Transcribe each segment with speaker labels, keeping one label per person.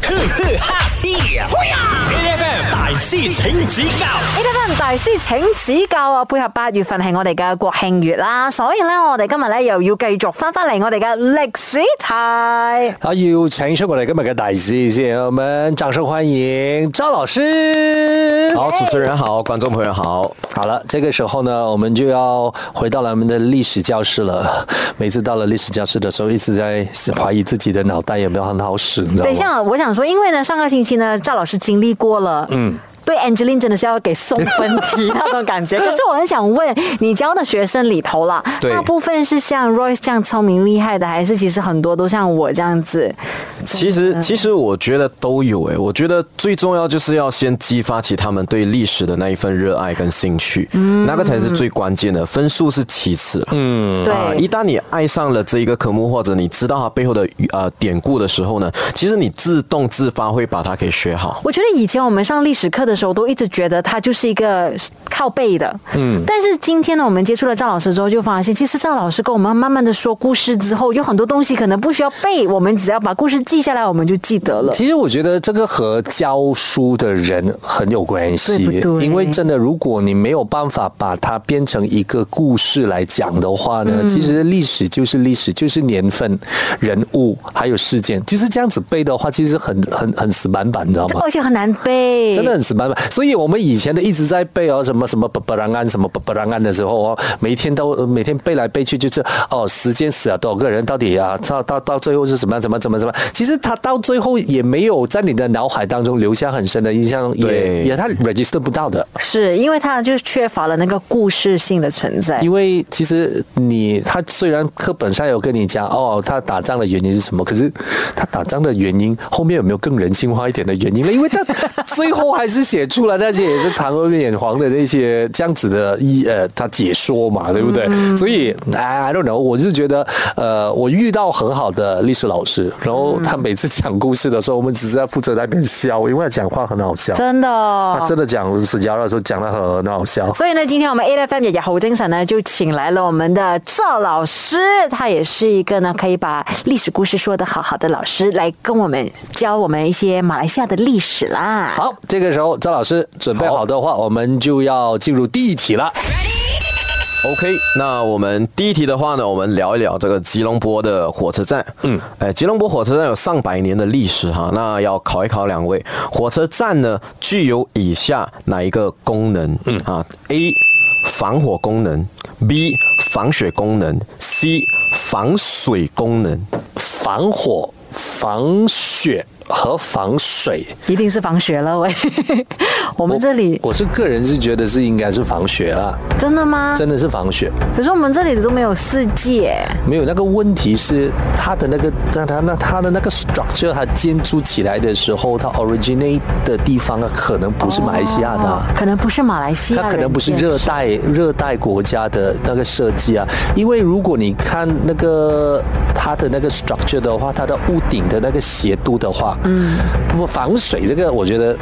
Speaker 1: 哈嘿呀！A F M 大师请指教
Speaker 2: 呢啲哎大師請指教啊！配合八月份係我哋嘅國慶月啦，所以咧我哋今日咧又要繼續翻翻嚟我哋嘅歷史題。
Speaker 3: 啊，要請出我哋今日嘅大師先，我們掌聲歡迎趙老師。
Speaker 4: 好，主持人好，观众朋友好。
Speaker 3: 好了，这个时候呢，我们就要回到了我们的历史教室了。每次到了历史教室的时候，一直在怀疑自己的脑袋有没有很好使，你知道啊
Speaker 2: 等
Speaker 3: 吗
Speaker 2: 一？下，我想說，因為呢上個星期呢趙老師經歷過了，嗯。對 Angeline 真的是要給送分題那種感覺，可是我很想問你教的學生裡頭啦，
Speaker 3: 對
Speaker 2: 大部分是像 Royce 這樣聰明厲害的，還是其實很多都像我这样子？
Speaker 4: 其实
Speaker 2: 嗯
Speaker 4: 其实我觉得都有诶，我觉得最重要就是要先激发起他们对历史的那一份热爱跟兴趣，
Speaker 2: 嗯
Speaker 4: 那个才是最关键的，分数是其次。嗯。
Speaker 2: 对，
Speaker 4: 啊，一旦你爱上了这一个科目，或者你知道它背后的呃典故的时候呢，其实你自动自发会把它给学好。
Speaker 2: 我觉得以前我们上历史课的时候，都一直觉得它就是一个靠背的，嗯。但是今天呢，我们接触了赵老师之后，就发现其实赵老师跟我们慢慢的说故事之后，有很多东西可能不需要背，我们只要把故事记下来，我们就记得了。
Speaker 3: 其实我觉得这个和教书的人很有关系，
Speaker 2: 对不对
Speaker 3: 因为真的，如果你没有办法把它变成一个故事来讲的话呢，
Speaker 2: 嗯
Speaker 3: 其实历史就是历史，就是年份、人物还有事件，就是这样子背的话，其实很很很死板板，你知道吗
Speaker 2: 而？且很难背，
Speaker 3: 真的很死板板，所以我们以前的一直在背哦，什么什么巴巴朗安，什么巴巴朗安的时候哦，每天都呃每天背来背去，就是哦，时间死了多少个人，到底啊，到到到最后是什么样，怎么怎么怎么样？其实他到最后也没有在你的脑海当中留下很深的印象，也
Speaker 4: 对
Speaker 3: 也他 register 不到的，
Speaker 2: 是因为它就是缺乏了那个故事性的存在。
Speaker 3: 因为其实你他虽然课本上有跟你讲哦，他打仗的原因是什么，可是他打仗的原因后面有没有更人性化一点的原因呢？因为他 最后还是写出了那些也是堂而免黄的那些这样子的一呃，他解说嘛，对不对？
Speaker 2: 嗯
Speaker 3: 所以哎 I I don't know，我是觉得呃，我遇到很好的历史老师，然后他每次讲故事的时候，我们只是在负责在那边笑，因为他讲话很好笑。
Speaker 2: 真的哦，
Speaker 3: 他真的讲史家的时候讲的很很好笑，
Speaker 2: 所以呢，今天我们 A F M 姐姐侯精神呢，就请来了我们的赵老师，他也是一个呢可以把历史故事说得好好的老师，来跟我们教我们一些马来西亚的历史啦。
Speaker 3: 好，这个时候赵老师准备好的话，我们就要哦进入第一题了。
Speaker 4: OK，那我们第一题的话呢，我们聊一聊这个吉隆坡的火车站。嗯，哎，吉隆坡火车站有上百年的历史哈，那要考一考两位，火车站呢具有以下哪一个功能？嗯啊，A 防火功能，B 防雪功能，C 防水功能。
Speaker 3: 防火、防雪和防水，
Speaker 2: 一定是防雪了 喂，我们这里
Speaker 3: 我我是个人是觉得是应该是防雪啊，
Speaker 2: 真的吗？
Speaker 3: 真的是防雪。
Speaker 2: 可是我们这里都没有四季耶，
Speaker 3: 没有那个问题是它的那个它它那它的那个 structure，它建筑起来的时候，它 originate 的地方啊，可能不是马来西亚的啊、
Speaker 2: 哦可能不是马来西亚
Speaker 3: 它
Speaker 2: 人建，
Speaker 3: 可能不是热带热带国家的那个设计啊，因为如果你看那个它的那个 structure 的话，它的屋顶的那个斜度的话，嗯，那么防水这个我觉得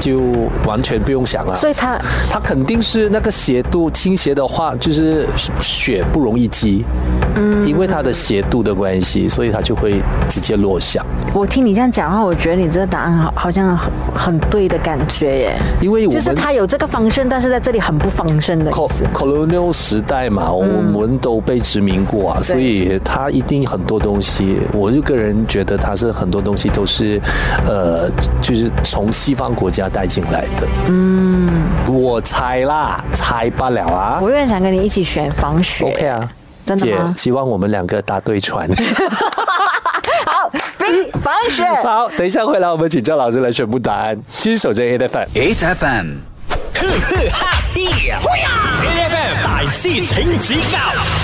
Speaker 3: 就完全不用想了。啊
Speaker 2: 所以它
Speaker 3: 它肯定是那个斜度倾斜的话，就是雪不容易积，嗯，因为它的斜度的关系，所以它就会直接落下。
Speaker 2: 我听你这样讲话，我觉得你这个答案好好像很很对的感觉耶。
Speaker 3: 因为我
Speaker 2: 就
Speaker 3: 们
Speaker 2: 是它有这个方身，但是在这里很不方身的意
Speaker 3: col
Speaker 2: 思。
Speaker 3: colonial 时代嘛，我们都被殖民过啊，所以它一定很多东西，我就个人觉得它是很多东西都是，呃，就是从西方国家带进来的。嗯，我猜啦，猜罢了啊
Speaker 2: 我。愿想跟你一起选防雪。
Speaker 3: OK 啊，
Speaker 2: 真的
Speaker 3: 姐
Speaker 2: 吗，
Speaker 3: 希望我们两个搭对 船。
Speaker 2: 好，B 防 雪。
Speaker 3: 好，等一下回来我们请赵老师来宣布答案。金手真 A 的饭。
Speaker 1: ，H F M，呵呵哈嘿呀！A F M 大师请指教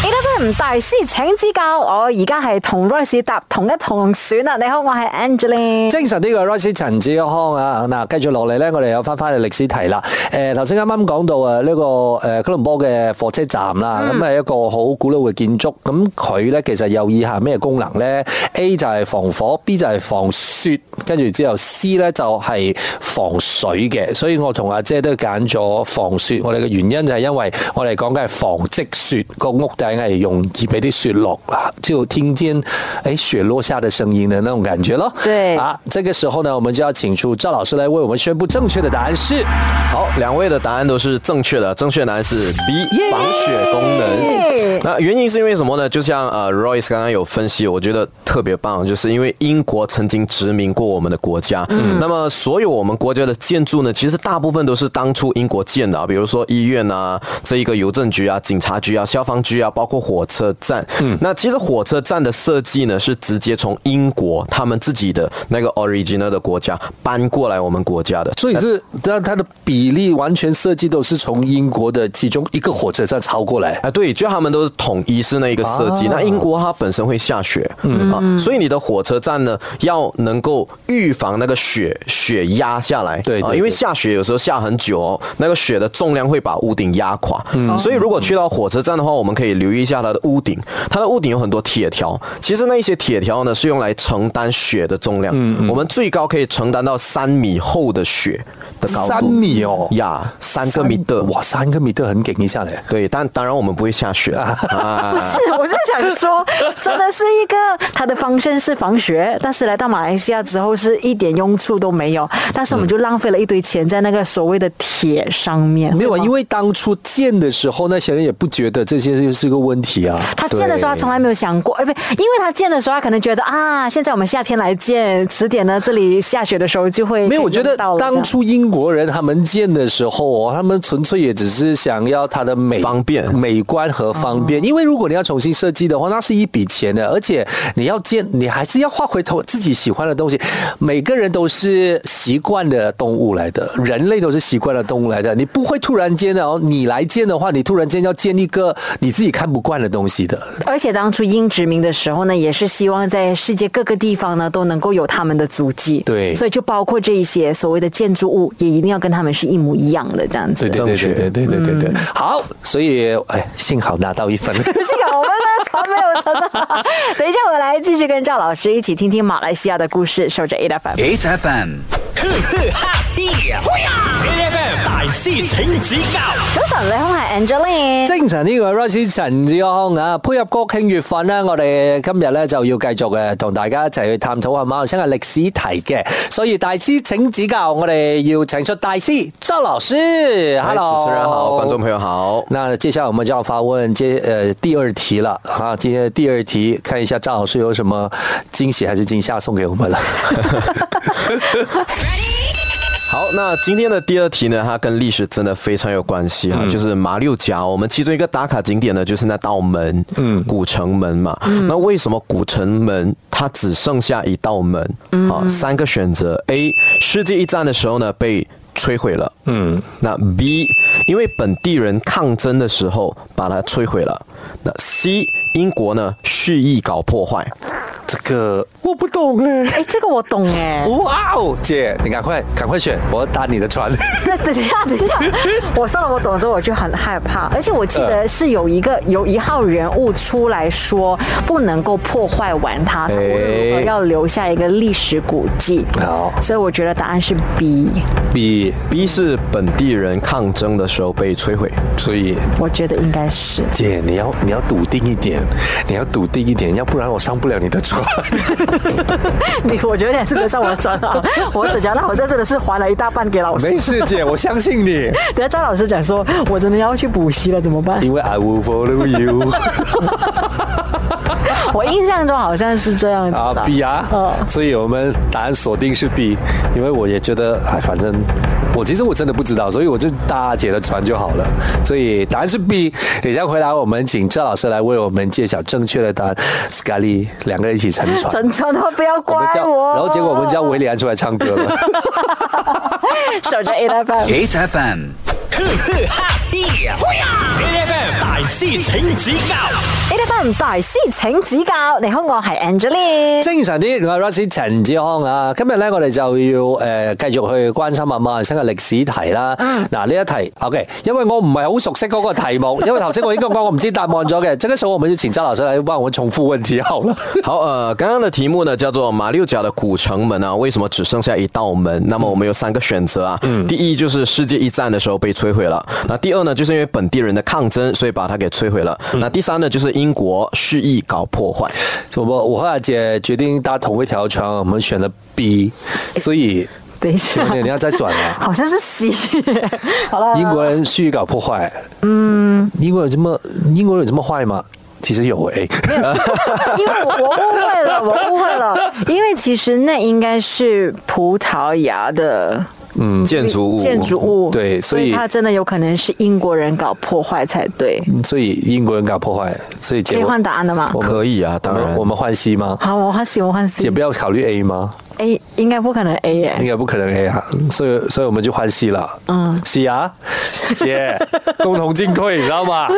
Speaker 2: A F M 大師請指教，我而家係同 Royce 搭同一同選啊！你好，我係 Angeline。
Speaker 3: 精神呢個 Royce 陳志康啊，嗱，繼續落嚟咧，我哋又翻翻去歷史題啦。誒頭先啱啱講到啊，呢個誒吉隆坡嘅火車站啦，咁係一個好古老嘅建築，咁佢咧其實有以下咩功能咧？A 就係防火，B 就係防雪，跟住之後 C 咧就係防水嘅。所以我同阿姐都揀咗防雪，我哋嘅原因就係因為我哋講緊係防積雪，個屋頂係用容易被啲雪落啦，就听见哎雪落下的声音的那种感觉咯。
Speaker 2: 对
Speaker 3: 啊，这个时候呢，我们就要请出赵老师来为我们宣布正确的答案是。
Speaker 4: 好，两位的答案都是正确的，正确答案是 B，防雪功
Speaker 2: 耶
Speaker 4: 能。那原因是因为什么呢？就像呃，Royce 刚刚有分析，我觉得特别棒，就是因为英国曾经殖民过我们的国家，那么所有我们国家的建筑呢，其实大部分都是当初英国建的啊，比如说医院啊，这一个邮政局啊、警察局啊、消防局啊，包括火车站。那其实火车站的设计呢，是直接从英国他们自己的那个 original 的国家搬过来我们国家的，
Speaker 3: 所以是，但它的比例完全设计都是从英国的其中一个火车站抄过来。
Speaker 4: 啊，对，就他们都是统一是那一个设计。
Speaker 3: 啊
Speaker 4: 那英国它本身会下雪，嗯啊，所以你的火车站呢，要能够预防那个雪雪压下来，啊
Speaker 3: 对对
Speaker 4: 因
Speaker 3: 对
Speaker 4: 为下雪有时候下很久哦，那个雪的重量会把屋顶压垮。嗯，所以
Speaker 3: 哦
Speaker 4: 如果去到火车站的话，我们可以留意一下它的屋顶，它的屋顶有很多铁条，其实那一些铁条呢是用来承担雪的重量，
Speaker 3: 嗯
Speaker 4: 我们最高可以承担到三米厚的雪的高度，
Speaker 3: 三米哦
Speaker 4: 呀，三个米的。
Speaker 3: 哇，三个米的很给一下嘞。
Speaker 4: 对，但当然我们不会下雪啊。啊
Speaker 2: 不是，我就想说，真的是一个它的方向是防雪，但是来到马来西亚之后是一点用处都没有，但是我们就浪费了一堆钱在那个所谓的铁上面。
Speaker 3: 没有啊，
Speaker 2: 对吗
Speaker 3: 因为当初建的时候，那些人也不觉得这些就是个问题啊。
Speaker 2: 他建的时候，他
Speaker 4: 对
Speaker 2: 从来没有想过，哎，不，因为他建的时候，他可能觉得啊，现在我们夏天来建，迟点呢，这里下雪的时候就会
Speaker 3: 没有，
Speaker 2: 可以
Speaker 3: 我觉得
Speaker 2: 用到了
Speaker 3: 当初英国人他们建的时候哦，他们纯粹也只是想要它的美
Speaker 4: 方便
Speaker 3: 美观和方便。因为如果你要重新设计的话，那是一笔钱的，而且你要建，你还是要画回头自己喜欢的东西。每个人都是习惯的动物来的，人类都是习惯的动物来的，你不会突然间的哦，你来建的话，你突然间要建一个你自己看不惯的东西的。
Speaker 2: 这样而且当初英殖民的时候呢，也是希望在世界各个地方呢都能够有他们的足迹，
Speaker 3: 对
Speaker 2: 所以就包括这一些所谓的建筑物，也一定要跟他们是一模一样的这样子。
Speaker 3: 对对对对对对对对，好，所以哎，幸好拿到一分。
Speaker 2: 可是我们的船没有沉啊！等一下，我来继续跟赵老师一起听听马来西亚的故事，守着 A F M。
Speaker 1: 8 FM，呵呵哈嘿，嘿呀！A F M 大师请指教
Speaker 2: 早晨，你好，係 Angeline。
Speaker 3: 精神呢個 Rice 陳志康啊，配合國慶月份啊呢，我哋今日咧就要繼續誒同大家一齊去探討下馬來西亞歷史題嘅，所以大師請指教，我哋要請出大師趙老師，Hello，
Speaker 4: 哎主持人好，观众朋友好。
Speaker 3: 那接下来我们就要发问接呃第二题了啊，今天的第二题看一下赵老师有什么惊喜还是惊吓送给我们了。
Speaker 4: 好，那今天的第二题呢，它跟历史真的非常有关系哈、就是马六甲，我们其中一个打卡景点呢，就是那道门，嗯，古城门嘛。那为什么古城门它只剩下一道门？啊，三个选择：A. 世界一战的时候呢被摧毁了，嗯，那 B 因为本地人抗争的时候把它摧毁了，那 C 英国呢蓄意搞破坏。
Speaker 3: 这个我不懂哎、
Speaker 2: 哎，这个我懂哎。
Speaker 3: 哇哦，姐，你赶快赶快选，我要搭你的船。
Speaker 2: 那等一下，等一下， 我说了我懂之后，我就很害怕。而且我记得是有一个
Speaker 3: 嗯
Speaker 2: 有一号人物出来说，不能够破坏完它，
Speaker 3: 哎
Speaker 2: 它无论如何要留下一个历史古迹。
Speaker 3: 好
Speaker 2: 所以我觉得答案是 B，
Speaker 3: B，
Speaker 4: B 是本地人抗争的时候被摧毁。
Speaker 3: 所以
Speaker 2: 我觉得应该 是。
Speaker 3: 姐，你要你要笃定一点，你要笃定一点，要不然我上不了你的 船。
Speaker 2: 你我觉得你还是别上我的船啊！ 我只讲，那我这真的是还了一大半给老师。
Speaker 3: 没事，姐，我相信你，
Speaker 2: 等下张老师讲说，我真的要去补习了，怎么办？
Speaker 3: 因为 I will follow you
Speaker 2: 我印象中好像是这样子
Speaker 3: 啊
Speaker 2: 的。
Speaker 3: ，B 啊
Speaker 2: 嗯，
Speaker 3: 所以我们答案锁定是 B，因为我也觉得，哎，反正我其实我真的不知道，所以我就搭姐的船就好了。所以答案是 B。等一下回答我们，请赵老师来为我们揭晓正确的答案。Scully 两个人一起乘船，
Speaker 2: 陈川他不要
Speaker 3: 我们
Speaker 2: 怪
Speaker 3: 叫，
Speaker 2: 我。
Speaker 3: 然后结果我们叫维里安出来唱歌了。
Speaker 2: 守着 A F M。
Speaker 1: ，8 FM，呵呵哈嘿，嘿呀！A F M 大师请指教
Speaker 2: A F M 大師請指教，你好，我係 Angeline。
Speaker 3: 精神啲，我係 Rosie 陳志康啊！今日咧，我哋就要誒、呃、繼續去關心下馬來西亞歷史題啦。嗱、呢一題 OK，因為我唔係好熟悉嗰個題目，因為頭先我已經講我唔知答案咗嘅。這個時候我們就請張老師來幫我們重複問題好了。
Speaker 4: 好，呃，刚刚的题目呢叫做马六甲的古城门啊，为什么只剩下一道门？那么我们有三个选
Speaker 3: 嗯
Speaker 4: 择啊，第一就是世界一战的时候被摧毁了，那第二呢，就是因为本地人的抗争，所以把它给摧毁了。
Speaker 3: 嗯
Speaker 4: 那第三呢，就是英国蓄意搞破坏。
Speaker 3: 我们我和阿姐决定搭同一条船，我们选了 B，所以
Speaker 2: 等一下
Speaker 3: 九，点你要再转了。
Speaker 2: 好像是 C。好了，
Speaker 3: 英国人蓄意搞破坏，嗯，英国人这么英国人有这么坏吗？其实有诶、
Speaker 2: 因为我我误会了，我误会 了，因为其实那应该是葡萄牙的
Speaker 4: 嗯，建筑物，
Speaker 2: 建筑物，
Speaker 3: 对所
Speaker 2: 所
Speaker 3: 以
Speaker 2: 以它真的有可能是英国人搞破坏才对。
Speaker 3: 所以英国人搞破坏，所以结
Speaker 2: 可以
Speaker 3: 果
Speaker 2: 换答案了吗？
Speaker 4: 可以啊，当
Speaker 3: 我
Speaker 4: 然
Speaker 3: 们我们换 C 吗？
Speaker 2: 好，我换 C，我换
Speaker 3: 姐
Speaker 2: C。
Speaker 3: 不要考虑 A 吗？
Speaker 2: A 应该不可能 A
Speaker 3: 应
Speaker 2: 耶，
Speaker 3: 该不可能 A 啊，所以所以我们就换 C 了。嗯，C 啊，姐，共同进退，你知道吗？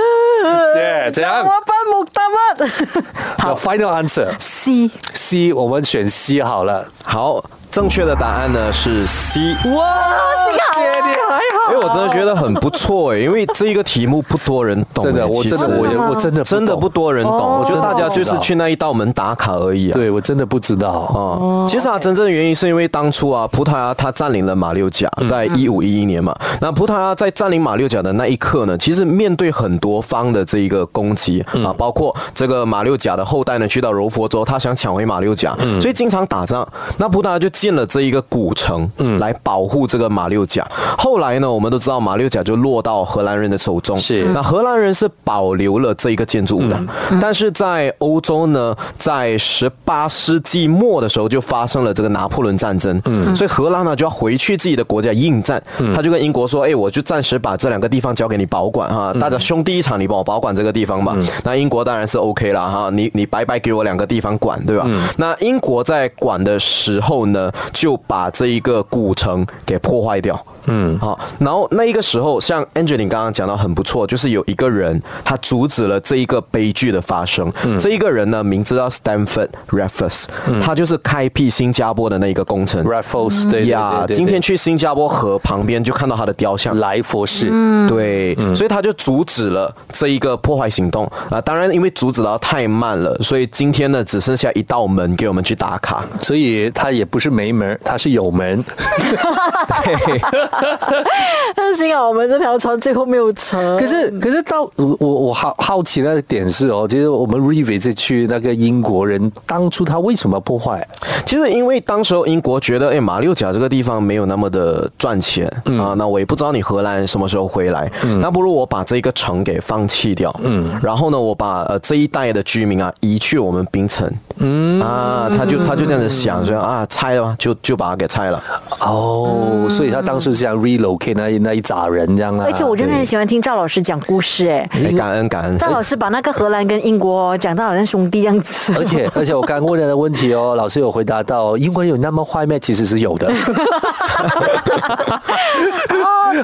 Speaker 3: 姐，怎样
Speaker 2: 我班姆达曼
Speaker 3: ？The？Final answer
Speaker 2: C。
Speaker 3: C，我们选 C 好了。
Speaker 4: 好。正确的答案 呢是 C。
Speaker 3: 哇，姐哎你还好，
Speaker 4: 因为我真的觉得很不错哎，因为这一个题目不多人懂哎，
Speaker 3: 真的，我真的
Speaker 4: 其实
Speaker 3: 我也
Speaker 2: 吗
Speaker 3: 我真的
Speaker 4: 真的
Speaker 3: 懂哦
Speaker 4: 不。多人懂，我觉得大家就是去那一道门打卡而已啊。
Speaker 3: 对，我真的不知道。
Speaker 4: 哦，其实啊，真正的原因是因为当初啊，葡萄牙它占领了马六甲，在一五一一年嘛。那葡萄牙在占领马六甲的那一刻呢，其实面对很多方的这一个攻击啊，包括这个马六甲的后代呢，去到柔佛州，他想抢回马六甲，所以经常打仗。那葡萄牙就建了这一个古城，来保护这个马六甲。后来呢，我们都知道马六甲就落到荷兰人的手中，
Speaker 3: 是
Speaker 4: 那荷兰人是保留了这一个建筑物的，但是在欧洲呢，在十八世纪末的时候就发生了这个拿破仑战争，所以荷兰呢就要回去自己的国家应战，他就跟英国说，哎，我就暂时把这两个地方交给你保管哈，大家兄弟一场，你帮我保管这个地方吧。那英国当然是 OK 了哈，你你白白给我两个地方管，对吧？那英国在管的时候呢，就把这一个古城给破坏掉。嗯，好，然后那一个时候，像 Angeline 刚刚讲到很不错，就是有一个人他阻止了这一个悲剧的发生。
Speaker 3: 嗯
Speaker 4: 这一个人呢，名字叫 Stanford Raffles，、他就是开辟新加坡的那一个工程。
Speaker 3: Raffles，对
Speaker 4: 呀
Speaker 3: 对，对
Speaker 4: 今天
Speaker 3: 对
Speaker 4: 去新加坡河旁边就看到他的雕像，嗯
Speaker 3: 来佛嗯士，
Speaker 2: 嗯
Speaker 4: 对，所以他就阻止了这一个破坏行动啊、当然，因为阻止到太慢了，所以今天呢只剩下一道门给我们去打卡。
Speaker 3: 所以他也不是没门，他是有门。
Speaker 2: 嗯
Speaker 4: 对，
Speaker 2: 但幸啊好我们这条船最后没有沉。
Speaker 3: 可是可是到我我我好好奇那个点是哦，其实我们 revisit 去那个英国人，当初他为什么破坏？
Speaker 4: 其实因为当时候英国觉得，哎，马六甲这个地方没有那么的赚钱、啊，那我也不知道你荷兰什么时候回来，那不如我把这个城给放弃掉，嗯，然后呢，我把呃这一带的居民啊移去我们槟城，嗯啊，他就他就这样子想，说啊拆了吧就就把它给拆了，
Speaker 3: 哦，所以他当初是想 relocate 那一那一扎人这样啦。
Speaker 2: 而且我真的 很
Speaker 3: 对
Speaker 2: 喜欢听赵老师讲故事，哎，
Speaker 4: 哎，感恩感恩，
Speaker 2: 赵老师把那个荷兰跟英国讲到好像兄弟样子。
Speaker 3: 而且而且我刚刚问的问题哦，老师有回答到，英文有那么坏吗？其实是 有的。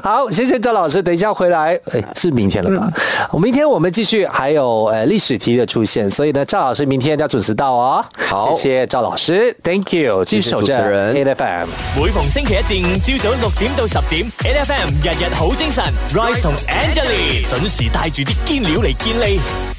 Speaker 3: 好，谢谢赵老师，等一下回来，
Speaker 2: 哦
Speaker 3: 哎，是明天了吧？
Speaker 2: 嗯
Speaker 3: 我明天我们继续还有呃历史题的出现，所以呢，赵老师明天要准时到哦。
Speaker 4: 好
Speaker 3: 谢谢赵老师，Thank you，继续守
Speaker 4: 谢谢
Speaker 3: 着
Speaker 4: 主持人
Speaker 3: A F M。
Speaker 1: 每逢星期一至五朝早六點到十點，N F M 日日好精神，Rise 同 Angelie 準時帶住啲堅料嚟健利。